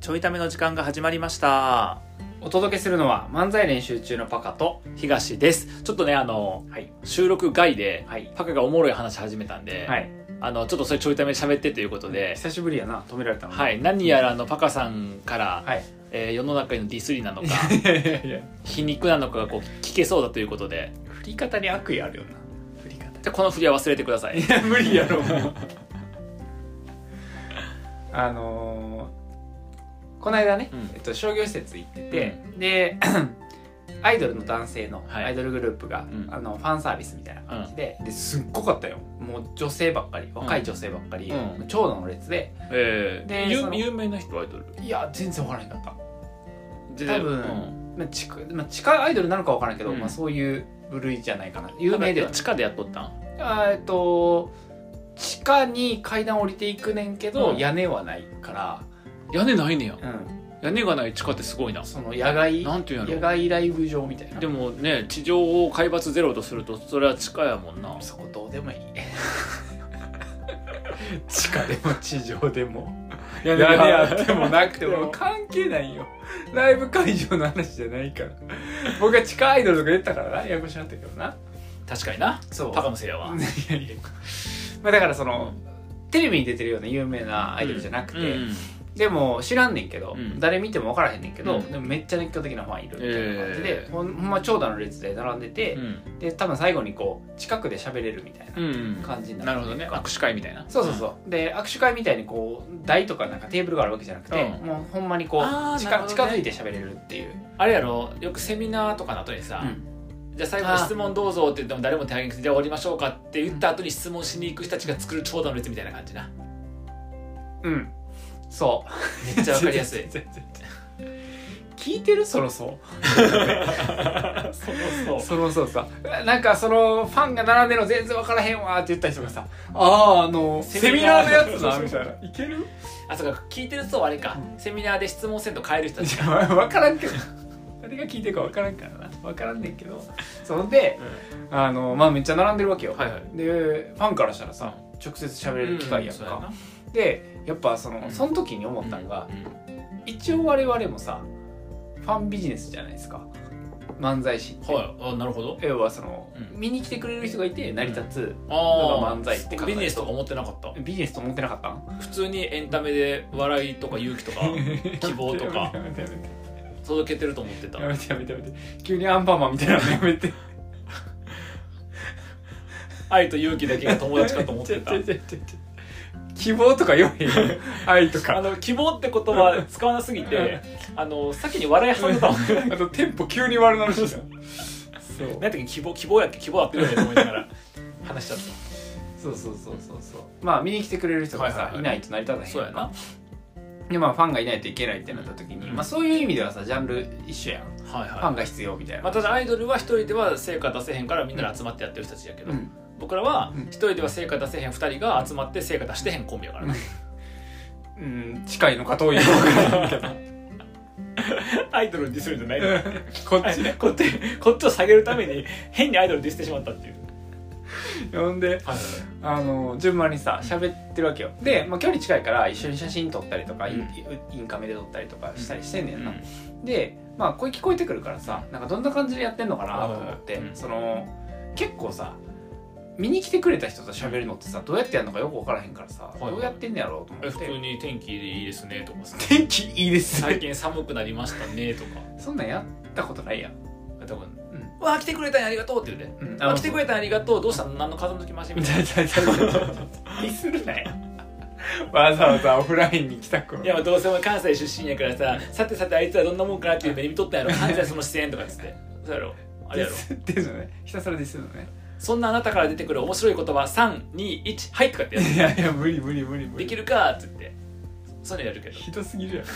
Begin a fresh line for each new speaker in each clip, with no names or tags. ちょいための時間が始まりました
お届けするのは漫才練習中のパカと
東ですちょっとねあの
はい
収録外で
はい
パカがおもろい話し始めたんで、
はい
あのちょっとそれちょいため喋ってということで、
久しぶりやな止められたの
はい何やらあのパカさんから、
はい
えー世の中へのディスりなのか
いやいやいや
皮肉なのかがこう聞けそうだということで
振り方に悪意あるよな振り
じ
方
ゃあこの振りは忘れてくだ さい
いや無理やろもうあのーこの間ね、
うん
えっと、商業施設行ってて、で アイドルの男性の
はい
アイドルグループが、
うん
あのファンサービスみたいな感じで,、ですっごかったよもう女性ばっかり若い女性ばっかり、
うん
長蛇の列で
え
で
ー、有
その
有名な人アイドル
いや全然わからへんかった
全
多分まあ、地下まあ、地下アイドルなのかわからんけど、
うん
まあ、そういう部類じゃないかな
有
有
名
名
で
で
は
は
地下でやっとったん
あーえっと地下に階段降りていくねんけど、
うん
屋根はないか
屋根ないねや
ら、うん、
屋根がない地下ってすごいな
その野外
なんていうんや
野
ろ
外ライブ場みたいな
でもね地上を海抜ゼロとするとそれは地下やもんな
そこどうでもいい 地下でも地上でも
屋
屋根あってもなくても関係ないよライブ会場の話じゃないから僕は地下アイドルとか言ったからなややこしなったけどな
確かにな
そう
パカのせいやわ
いやいや まあだからその、テレビに出てるような有名なアイドルじゃなくて、
うん
でも知らんねんけど、
うん
誰見ても分からへんねんけど、
うん
でもめっちゃ熱狂的なファンいるみたいな感じで、
えー
ほんほんま長蛇の列で並んでて、
うん
で多分最後にこう近くで喋れるみたいな
うん
感じに
な
な
る
る
ほどね
なん
握
か
手会みたいな
そうそうそう、で握手会みたいにこう台とかなんかテーブルがあるわけじゃなくて、
うん
もうほんまにこ
あー
う近,、
なるほ
近
どね
づいて喋れるっていう、
あれやろよくセミナーとかの後にさじゃあ最
あ
後質問どうぞって言っても誰も手挙げなくてじゃあ終わりましょうかって言った後に質問しに行く人たちが作る長蛇の列みたいな感じな
うん、うん、そう
めっちゃわかり やすい
全然全然聞いてるそろそろ
そう
そのそうさなんかそのファンが並んでるの全然分からへんわって言った人がさ「あああの
セ
セ
ミ
ミ
ナー
ナー
の
の
や
や
つ
つ
な
な」みたいな「いける?
あそうか聞いてる人はあれか
う
セミナーで質問せんと変える人た」ちか
分からんけど誰が聞いてるか分からんからな分からんねんけどそれであのまあめっちゃ並んでるわけよ、
はいはい
でファンからしたらさ直接喋れる機会やん
そうや
か
な、
でやっぱそのその時に思ったのが、一応我々もさファンビジネスじゃないですか漫才師って、
はいあなるほど
要はその、
うん
見に来てくれる人がいて成り立つ、
ああ
漫才って考えると
ビジネスとか思ってなかった
ビジネスと思ってなかったん
普通にエンタメで笑いとか勇気と か 希望とか
やめてやめて
届けてると思ってた
やめてやめてやめて急にアンパンマンみたいなのやめて
愛と勇気だけが友達かと思ってた
ちょちょちょちょ希望とか言わへんよ愛と
あ
か
の希望って言葉使わなすぎてあの先に笑い挟んでたもんね
あとテンポ急に悪なるしなそう
何やったっけ希望希望やっけ希望合ってるよねと思いながら 話しちゃっ
そうそうそうそうそうまあ見に来てくれる人が
はい
さ、い
はいはい
ないと成り立た
た
へん
そうやなは
でまあファンがいないといけないってなった時に、
うん
まあそういう意味ではさジャンル一緒やん
い
ファン
は
が必要みたい
い
な、
まあ、ただアイドルは一人では成果出せへんからみんなで集まってやってる人たちやけど、
うん
僕らは
うん
一人では成果出せへん二人が集まって成果出してへんコンビやからな
うん近いのか遠いのか分からんけど
アイドルをディスるんじゃないの
こっ
あ
ちね
こっちこっちを下げるために変にアイドルディスってしまったっていう
呼んで
はい
あの順番にさ喋ってるわけよで、まあ、距離近いから一緒に写真撮ったりとか、インインカメで撮ったりとかしたりしてんねんな、で、まあ、声聞こえてくるからさなんかどんな感じでやってんのかなと思って、
うん
その結構さ見に来てくれた人と喋るのってさどうやってやるのかよく分からへんからさ、
いはい
どうやってんねやろうと思
え
っ
普通
て
に天気でいいですねとかさ
天気いいで す
最近寒くなりましたねとか
そんなんやったことないやん、
多分
うん
「わあ来てくれたんありがとう」って言うて「
うん
あ来てくれたんありがとうどうしたの何の風の時回し」み
み
たい
た
ない
な気するなよわざわざオフラインに来た子
いやまあどうせお前関西出身やからささてさてあいつはどんなもんかなっていう目に見とったんやろ関西はその視線とかっつってそうやろあれ
ディ
やろ
スってるのねひたすらディスるのね
そんなあなたから出てくる面白い言葉321はいとかってやる
いやいや無理無理無理無
で
理
きるかっつってそういうのやるけど
ひどすぎるやん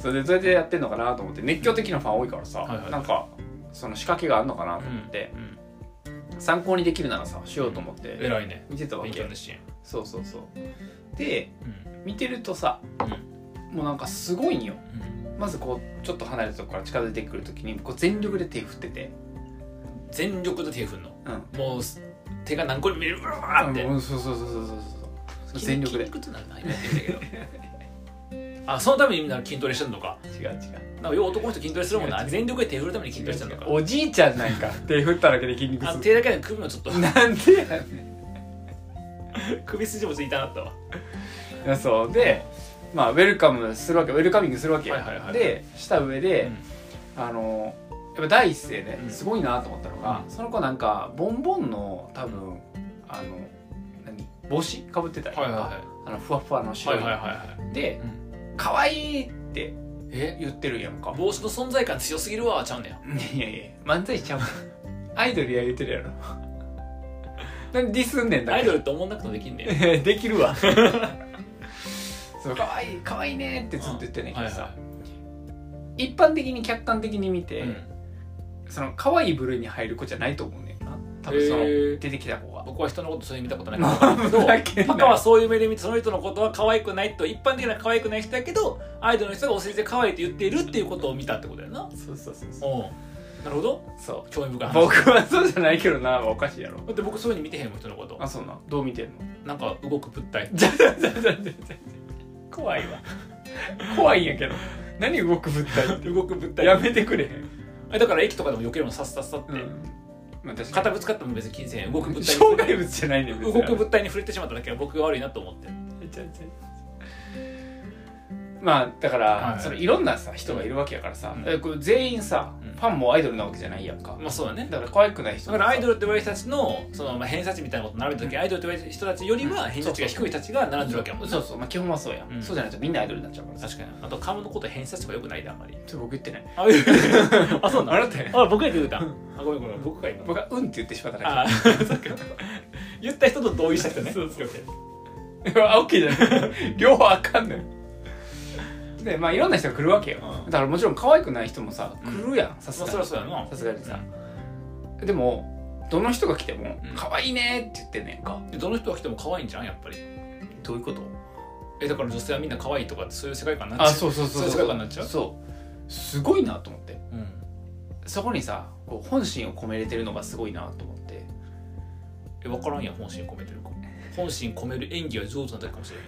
それでどうやってやってんのかなと思って熱狂的なファン多いからさ、
はいはい
なんかその仕掛けがあるのかなと思って、
うん
参考にできるならさしようと思っ
うん
て
偉いね
見てたわ
勉
け
強
よ
熱心
そうそうそうで
うん
見てるとさもうなんかすごいんよ
うん
まずこうちょっと離れたとこから近づいてくるときにこう全力で手振ってて
全力で手振んの
うん
もう手が何個にも見えるうわーって
うんそうそうそうそうそうそう全力で
筋肉痛なんだ今やってみたけど あそのためにみんな筋トレしてんのか
違う違う
なんかよう男の人筋トレするもんな
違う違う
全力で手振るために筋トレしてんのか
おじいちゃんなん か手振っただけで筋肉
あの
痛
手だけで首もちょっと
なんで やねん
首筋もついたなったわ
いやそうでまあウェルカムするわけウェルカミングするわけよ、
はいはいはい
でした上で、あのやっぱ第一声で
うん
すごいなと思ったのが、
うん
その子なんかボンボンの多分あの何帽子かぶってたりとか、あのふわふわの白い、
はい
で
う
「可愛いって
え
言ってるやんか
帽子の存在感強すぎるわちゃうねん
いやいや漫才ちゃう アイドルや言うてるやろ なんでディスんねんだ
ア
か
イ
ら
ドルって思んなくてもできんねん
できるわそう可愛い可愛いねってずっと言ってんねんけどさ、
はいは
一般的に客観的に見て、
いうん
その可愛い部類に入る子じゃないと思うねんな多分その
へー
出てきた子が
僕は人のことそういう目で見たことない から
まあふざけん な
パカはそういう目で見てその人のことは可愛くないと一般的な可愛くない人だけどアイドルの人がお世辞で可愛いって言っているっていうことを見たってことやな
そうそうそうそう
おうなるほど
そ
興味深いう話
僕はそうじゃないけどなはおかしいやろ
だって僕そういうふうに見てへんもん人のこと
あそうなんどう見てん の
なんか動く物体
じゃじゃじゃじゃじゃ怖いわ怖いんやけど何動く物体っ
動く物
て
体
やめてくれへん、
えだから駅とかでも避けるもんさっさっさって、
まあ、確か
肩ぶつかっても別に気にせん動く物
に
体に
障害物じゃないねん別
動
に
く物体に触れてしまっただけは僕が悪いなと思って
ちゃちゃまあだから、
はい
い、そのいろんなさ人がいるわけやからさ、
うん
だからこれ全員さ、
うん
ファンもアイドルなわけじゃないやんか、
まあそうだね
だから可愛くない人
だからアイド
ル
ルって言われる人たちのその、まあ、偏差値みたいなことに並べた時、アイドルって言われる人たちよりは偏差値が低い人たちが並んでるわけやもんね
そうそうまあ基本はそうやん、
うん
そうじゃないとみんなアイドルになっちゃうからさ
確かにあと顔のこと偏差値とかよくないであんまり
ちょっと僕言ってない
あ あそうな
あ
の
なたや
あ僕が言ってたあごめんごめん僕が今
僕が「うん」って言ってしまっただけ
あそっか 言った人と同意した人ね
そうそう
オッケー
あ、オッケーじゃない。両方あかんの よ。で、まあ、いろんな人が来るわけよ。
うん
だからもちろん可愛くない人もさ、
うん
来るやん、さす
ま
が
あ
に。
そりゃそうやな
さすがにさ。でも、どの人が来ても
うん、
可愛いねって言ってんねんか。
でどの人が来ても可愛いんじゃんやっぱり
どういうこと
えだから女性はみんな可愛いとかってそういう世界観になっ
あ、
ちゃう
そうそうそ
そ
う。
ういう世界観になっちゃう
そう。すごいなと思って。
うん、
そこにさ、こう本心を込めれてるのがすごいなと思って。
え分からんやん本心込めてるか本心込める演技は上手なだけかもしれ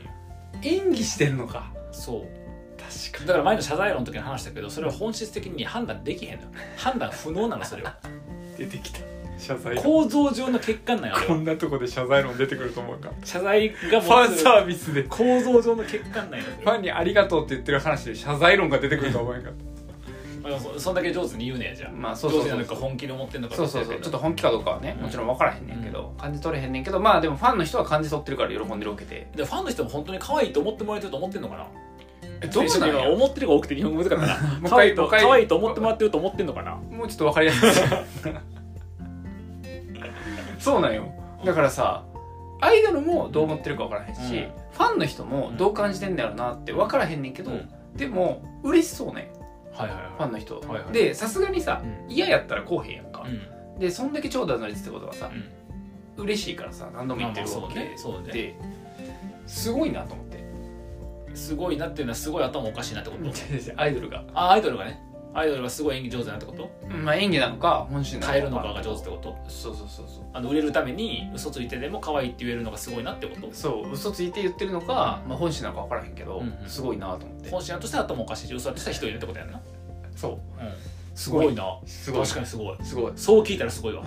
ないよ
演技してんのか。
そう
確
だから前の謝罪論の時の話だけどそれは本質的に判断できへんのよ判断不能なのそれは
出てきた。謝罪
構造上の欠陥なんよあれ は
んなとこで謝罪論出てくると思うか。
謝罪が
フ
も
ァ
う
ンサービスで
構造上の欠陥なんよそれ
ファ
は
ンにありがとうって言ってる話で謝罪論が出てくるとは思えん かっ
まあそそんだけ上手に言うねやじゃ
た
あ
まあそうそ
上
う
手
そ
な
う
のか本気で思ってんのか
そうそうそうちょっと本気かどうかはね
うん
もちろん分からへんねんけど、感じ取れへんねんけどまあでもファンの人は感じ取ってるから喜んでるわけで
でファンの人も本当に可愛いと思ってもらえてると思ってんのかな
どうなんや
今思ってるが多くて日本語難しいからな
もう一回
可愛いと
もう一回
可愛いと思ってもらってると思ってんのかな
もうちょっと分かりやす いそうなんよだからさアイドルもどう思ってるか分からへんし、
うん
ファンの人もどう感じてんだろうなって分からへんねんけど、
うん
でも嬉しそうね
はいはい
ファンの人、
はいはい
でさすがにさ
うん
嫌やったらこうへんやんか
う、ん
でそんだけ長蛇の列ってことはさ、
うん
嬉しいからさ何度も言ってる
まあま
わ
あ
け
そうねそうね
ですごいなと思 って
すごいなっていうのはすごい頭おかしいなってこと
アイドルが、
あアイドルがねアイドルがすごい演技上手なってこと
まあ、演技なのか本心なのか
変えるのかが上手ってこと
そうそうそうそう
あの売れるために嘘ついてでも可愛いって言えるのがすごいなってこと
そう嘘ついて言ってるのか、まあ、本心なのか分からへんけど、
うんうん
すごいなと思って
本心としては頭おかしいし嘘だとしては人いるってことやんな、
そう
す
す
ご
ご
い
い
な
すごい
確かにすごい
すごい、
そう聞いたらすごいわ、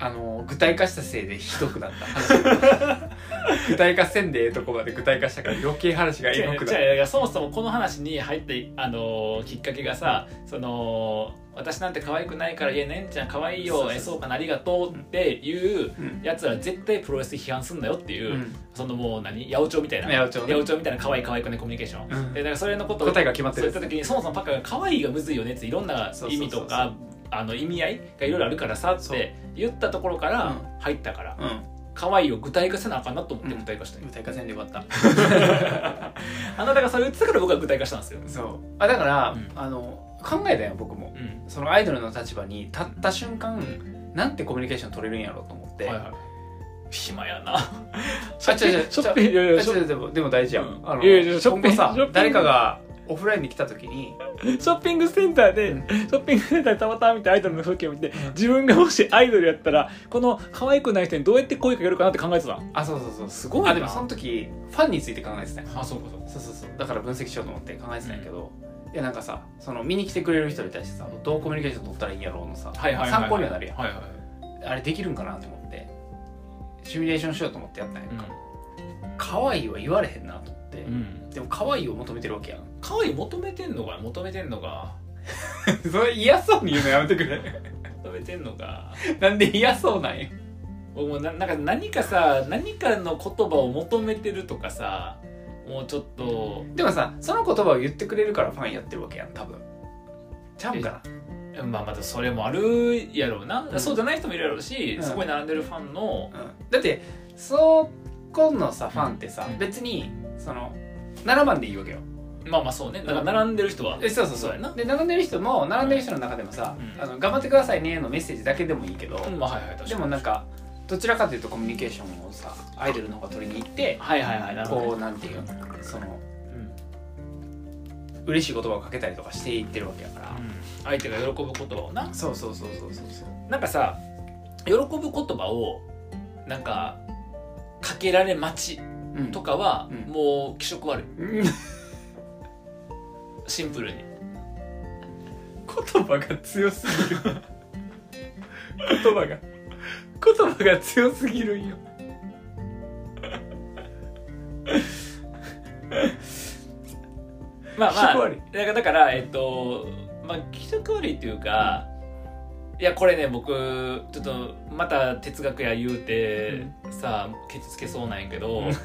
あのー具体化したせいでひどくなった 具体化せんでええとこまで具体化したから余計話が
違
エ
う
ロ
違
く
う
なる
違うそもそもこの話に入って、あのーきっかけがさその私なんて可愛くないから「いやねんちゃん可愛いよ
そうそうそう
えそうかなありがとう」っていう
うん
やつら絶対プロレス批判すんなよっていう、
うん
そのもう何八百長みたいな
八百長ね
みたいな可愛い可愛くないコミュニケーション、
うん
でだからそれのことを
答えが決まって
そうい
る
った時にそもそもパカが可愛いがむずいよねっていろんな意味とかあの意味合いがいろいろあるからさっ
そう
て言ったところから
う
入ったから、
う
可愛いを具体化せなあかんなと思って
うん
具体化したん
ん
よ
具体化せんでよかった
あなたがそれ言ってたから僕は具体化したんですよ、
そうあだから、
うん
あの考えたよ僕も
うん
そのアイドルの立場に立った瞬間、なんてコミュニケーション取れるんやろうと思って、
はいはい暇やな
あ違う 違う
ショッピングいやい
あ
やショッ
違うでもでも大事やん、
うん
あの
いやいやショッピング
今後
ショッピン
さ
グ
誰かがオフラインに来た時に
ショッピングセンターで、
うん
ショッピングセンターでたまたま見てアイドルの風景を見て、自分がもしアイドルやったらこの可愛くない人にどうやって声かけるかなって考えてた
あそうそうそう
すごいな
あでもその時ファンについて考えてたよ
あそうかそうか
そうそうそうだから分析しようと思って考えてたんやけど、いやなんかさその見に来てくれる人に対してさどうコミュニケーション取ったらいいんやろうのさ、
はいはいはい
参考にはなるやん
はいはい
あれできるんかなと思ってシミュレーションしようと思ってやったんやんか、
う
可愛いは言われへんなと思って、
んうん
でも可愛いを求めてるわ けやん
可愛い求めてんのか求めてんのか
それ嫌そうに言うのやめてくれ
求めてんのか
なんで嫌そうなんや
僕もななんか何かさ何かの言葉を求めてるとかさもうちょっと
でもさその言葉を言ってくれるからファンやってるわけやん多分ちゃうんかな
まあまたそれもあるやろうな、
うん
そうじゃない人もいるやろうし、
うん
そこに並んでるファンの
うんだってそこのさファンってさ、
うん
別にその7番でいいわけよ
まあまあそうねなんか並んでる人は
えそうそう
そう
そう
やな
で並んでる人も並んでる人の中でもさ「
うん
あの頑張ってくださいね」のメッセージだけでもいいけど、
うんまあはいはい確かに
でもなんかどちらかというとコミュニケーションをさアイドルの方が取りに行って
はいはいはいなるほどね、
こうなんていうのその嬉しい言葉をかけたりとかしていってるわけやから、
相手が喜ぶ言葉をな
そうそうそうそうそうそう
なんかさ喜ぶ言葉をなんかかけられ待ち
うん
とかは、
うん
もう気色悪い
うん
シンプルに
言葉が強すぎる言葉が言葉が強すぎるんよ
まあま
気色
あ
悪
だからだからえっとまあ気色悪いっていうか、いやこれね僕ちょっとまた哲学や言うて、さあケチつけそうなんやけど、
うん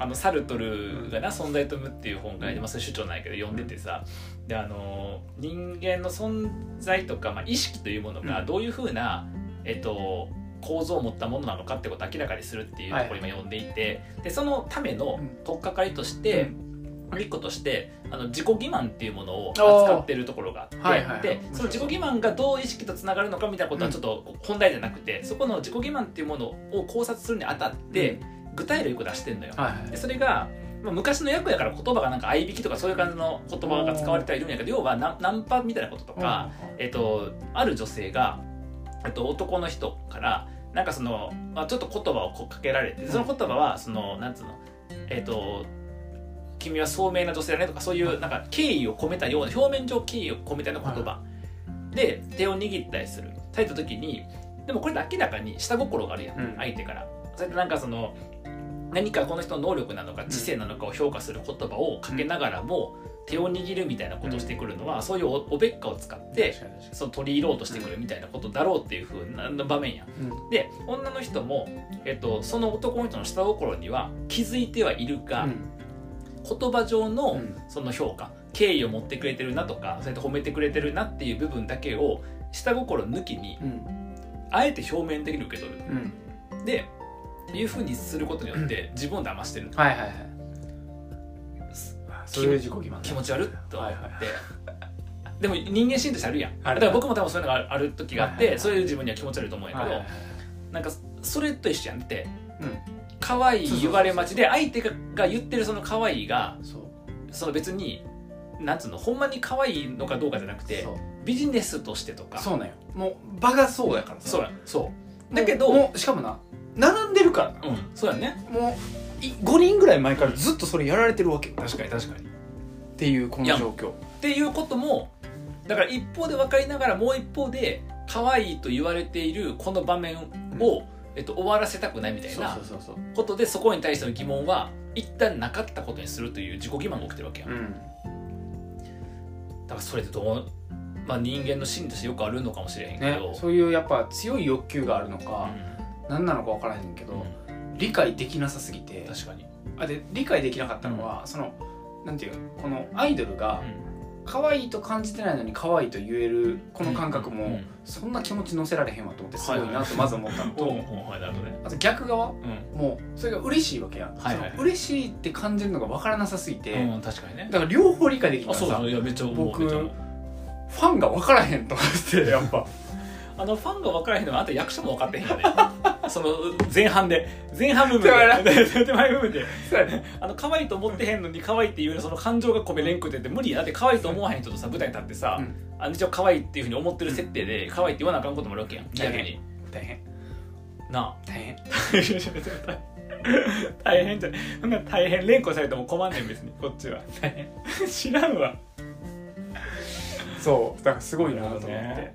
あのサルトルがな「存在と無」っていう本が、まあ、それ主張なんやけど読んでてさであの人間の存在とか、まあ、意識というもの
う
が
ん
どういうふうな、えっと構造を持ったものなのかってことを明らかにするっていうところを今読んでいて、でそのための
うん
取っかかりとして、
で、
一個としてあの自己欺瞞っていうものを扱ってるところがあって、
おーはいはいはい
でその自己欺瞞がどう意識とつながるのかみたいなことはちょっと本題じゃなくて、そこの自己欺瞞っていうものを考察するにあたって具体例を一個出してんのよ。
はいはい
でそれがまあ昔の役やから言葉がなんか合いびきとかそういう感じの言葉が使われてはいるんやけど要はナナンパみたいなこととか、えっと、ある女性が、えっと、男の人からなんかその、まあ、ちょっと言葉をこうかけられてその言葉はそのなんつうのえっと君は聡明な女性だねとかそういうなんか敬意を込めたような表面上敬意を込めたような言葉で手を握ったりするされた時にでもこれって明らかに下心があるやん、
うん
相手から。それでなんかその何かこの人の能力なのか知性なのかを評価する言葉をかけながらも手を握るみたいなことをしてくるのはそういうおおべっかを使って
確かに確か
その取り入ろうとしてくるみたいなことだろうっていう風な場面や
にうん
で女の人も、えっと、その男の人の下心には気づいてはいるが、言葉上
う
の
ん
その評価敬意を持ってくれてるなとかそうやって褒めてくれてるなっていう部分だけを下心抜きに
うん
あえて表面的に受け取る
うん
でいう風にすることによって自分を騙してる
はいはいはい
す
そういう自己欺瞞
気持ち悪っと思
は
っ
い
て、
はい
でも人間心としてあるやん
ある
だから僕も多分そういうのがある時があって、
はいはいはい
そういう自分には気持ち悪いと思うんやけど、
はいはいはい
なんかそれと一緒やんって
う
可愛い言われ待ちで相手がが言ってるその可愛いが
んそう
その別になんつうのほんまに可愛いのかどうかじゃなくて
そう
ビジネスとしてとか
そうなんよもう場がそうやから
そうやそうだけ
もう
ど
もうしかもな並んでるからな
うんそうやね
もうい5人ぐらい前からずっとそれやられてるわけよっ
確かに確かにって
いうこの
いや
状況
ていうこともだから一方で分かりながらもう一方で可愛いと言われているこの場面を、えっと、終わらせたくないみたいな
うそうそう
ことでそこに対しての疑問は一旦なかったことにするという自己欺瞞が起きてるわけやん
うん
だからそれってどう、まあ、人間の心理としてよくあるのかもしれへんけ
ね
ど、
そういうやっぱ強い欲求があるの
う
か、
ん
何なのか分からへんけど、理解できなさすぎて
確かに、
あで理解できなかったのは、そのなんていうのこのアイドルが可愛いと感じてないのに可愛いと言えるこの感覚も、
うん
そんな気持ち乗せられへんわと思ってすごい
はいは
ないとまず思ったのと、
うんうんはいなるほどね
あと逆
う
側
ん
もうそれが嬉しいわけやん、
はいはい
その嬉しいって感じるのが分からなさすぎて、
うん確かにね
だから両方理解できな
あ
い
そう
さ
そういやめっちゃ思う
僕
めっちゃ思う
ファンが分からへんとかってやっぱ
あのファンが分からへんのはあんた役者も分かってへんよねその前半で前半部分で手前部分であの可愛いと思ってへんのに可愛いっていうその感情が込めれんくてって無理やだって可愛いと思わへん人とさ舞台立ってさ、
うん
あの一応可愛いっていうふうに思ってる設定で可愛いって言わなあかんこともあるわけやん
大
逆
変
に
大変
な
大変
あ大変じゃないそんな大変連呼されても困んねん別にこっちは知らんわ
そうだからすごいなと思って、
なるほどね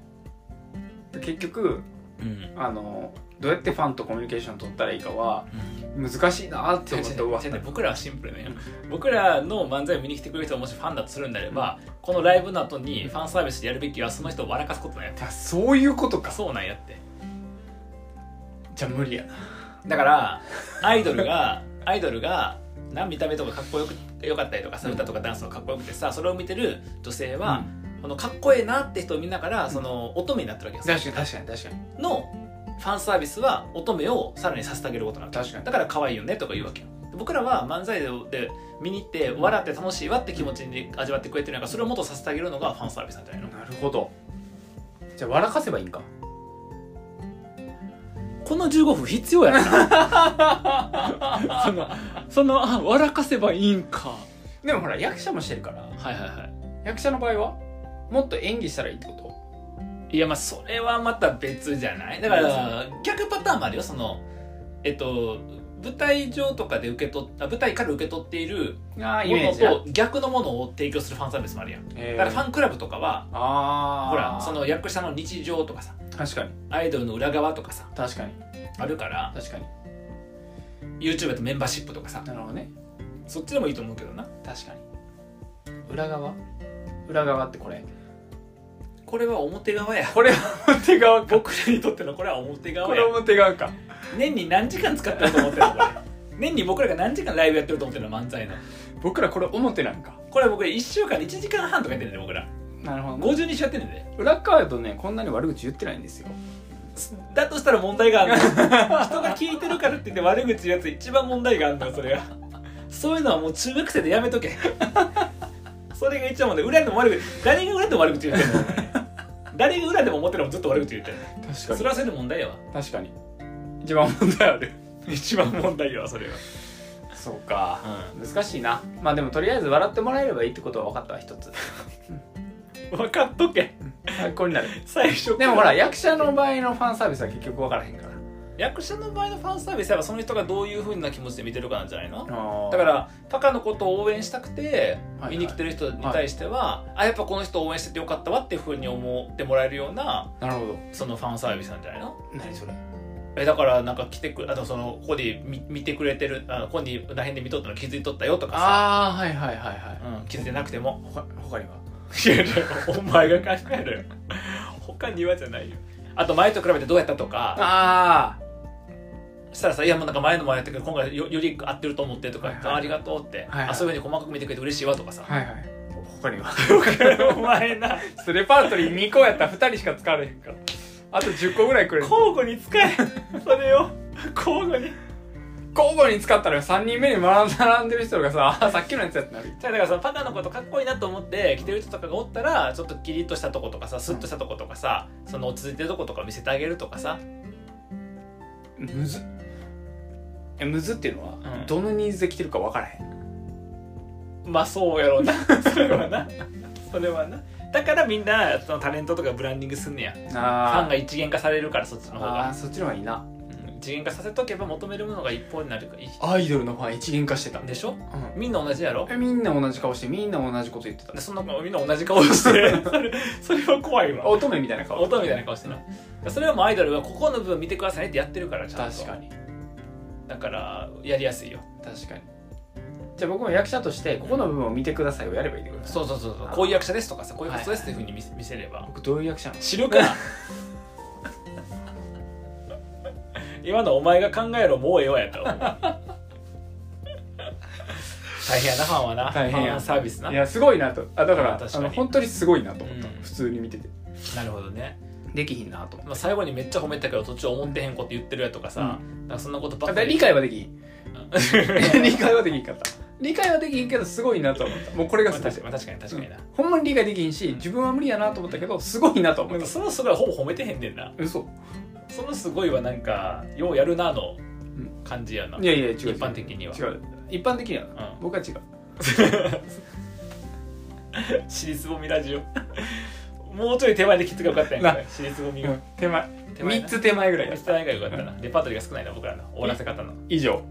で結局
うん
あのどうやってファンとコミュニケーション取ったらいいかは難しいなって
違う
思って終わっ
違う違う
た
僕らはシンプルなんよ僕らの漫才を見に来てくれる人がもしファンだとするんであればこのライブの後にファンサービスでやるべきはその人を笑かすことなんやって
あそういうことか
そうなんやって
じゃあ無理やな
だからアイドルがアイドルがな見た目とかかっこよくよかったりとかさ
うん
歌とかダンスとかかっこよくてさそれを見てる女性は、このかっこええなって人を見ながらその乙女になってるわけですよ
確かに確かに確かに
のファンサービスは乙女をさらにさせてあげることなんだ
確かに
だから可愛いよねとか言うわけよで僕らは漫才でで見に行って笑って楽しいわって気持ちに味わってくれてるからそれをもっとさせてあげるのがファンサービスなんじゃないの
なるほどじゃあ笑かせばいいんか
この15分必要やな
そのそのあ笑かせばいいんか
でもほら役者もしてるから
はいはいは
役者の場合はもっと演技したらいいってこと
いいやまあそれはまた別じゃないだから逆パターンもあるよそのえっと舞台上とかで受け取った舞台から受け取っている
ああ
ものと逆のものを提供するファンサービスもあるやんだ
え
からファンクラブとかは
ああ
ほらその役者の日常とかさ
確かに
アイドルの裏側とかさ
確かに
あるから
確かに
YouTube だとメンバーシップとかさ
なるほどね
そっちでもいいと思うけどな
確かに裏側裏側ってこれ
これは表側や
これ表側か
僕らにとってのこれは表
こ
側
れ
や
表側か
年に何時間使ってると思ってるのこれ年に僕らが何時間ライブやってると思ってるの漫才の
僕らこれ表なんか
これ僕1週間で1時間半とかやってんねんで僕ら
なるほど
52週やってんねんで
裏側だとねこんなに悪口言ってないんですよ
だとしたら問題があるの人が聞いてるからって言って悪口言うやつ一番問題があるのよそれがそういうのはもう中学生でやめとけそれが一番問題裏でも悪口誰が裏でも悪口言ってんのお前誰が裏でも表でもずっと悪口言ってんの
確
それはそれで問題やわ
確かに一番問題ある
一番問題やわそれは
そうか難しいなまあでもとりあえず笑ってもらえればいいってことは分かったわ一つ
分かっとけ
参考になる
最初
でもほ ら役者の場合のファンサービスは結局分からへんから
役者の場合のファンサービスはやっぱその人がどういうふうな気持ちで見てるかなんじゃないのだ
だ
か、らパカのことを応援したくて
はいはい
見に来てる人に対しては、あやっぱこの人応援しててよかったわっていうふうに思ってもらえるような
なるほど。
そのファンサービスなんじゃないの
何それ。
えだからなんか来てくあとそのここで見見てくれてるあのここにらへんで見とったの気づいとったよとかさ
ああ、はいはいはいはい。
うん、気づいてなくても
ほか、他には。
いやいやお前が考えろよ他にはじゃないよあと前と比べてどうやったとか
あ
したらさ、いやもうなんか前のもやったけど、今回よより合ってると思ってとか、
はいはい
ありがとうって、
はいはい
あそういうふうに細かく見てくれて嬉しいわとかさ
あ。、はいはい。他には。
お前な、
それレパートリー2個やったら2人しか使われへんから。あと10個ぐらいくれる。
交互に使え、それを、交互に。
交互に使ったら3人目に並んでる人がさ、あーさっきのやつやってなる。
じゃあだからさ、パカのことかっこいいなと思って、着てる人とかがおったら、ちょっとキリッとしたとことかさ、スッとしたとことかさ、その落ち着いてるとことか見せてあげるとかさ、
むず。え、むずっていうのは、
うん
どのニーズで来てるか分からへん。
まあそうやろ うな、それはな、それはな。だからみんな、そのタレントとかブランディングすんねや。ファン
あ
が一元化されるから、そっちの方
あー、
が。
そっちの方がいいな。
うん一元化させとけば求めるものが一方になるから、い
アイドルのファン一元化してた。うん
でしょみんな同じやろ
えみんな同じ顔して、みんな同じこと言ってた
で。そんなみんな同じ顔 してそれそれは怖いわ
乙女みたいな顔。
音みたいな顔してなそれはもうアイドルはここの部分見てくださいねってやってるからちゃんと
確かに。
だからやりやすいよ
確かにじゃあ僕も役者としてここの部分を見てくださいをやればいいってこと
そうそうそうそうこういう役者ですとかさこういう活動ですっていうふうに見せ見せれば
僕どういう役者なの
知るか今のお前が考えろもうええわやったわ大変やなファンはな
大変や
ファンサービスない
やすごいなとあだから
あ確か
あ
に
の本当にすごいなと思った、
うん
普通に見てて
なるほどね、
できひんなと思
まあ、最後にめっちゃ褒めたけど途中思ってへんこと言ってるやとかさ、なんかそんなことばっか
だから
り
理解はできひん理解はできひんかった理解はできひんけどすごいなと思ったもうこれが
まあ
すごい
確かに確かに確かにな、
うんほんまに理解できひんし自分は無理やなと思ったけどすごいなと思
なん
っ
か
た
そのそれはほぼ褒めてへんねんな
嘘
そのすごいはなんかようやるなの感じやな、
いやいや違う
一般的には
違う一般的にはな、
うん
僕は違う
尻すぼみラジオ もうちょい手前で切っとけばよかったんやんか尻すぼみが、
手前
手前な
3つ手前ぐらいだ
ミスター以外がよかったなレパートリーが少ないな僕らの終わらせ方の
以上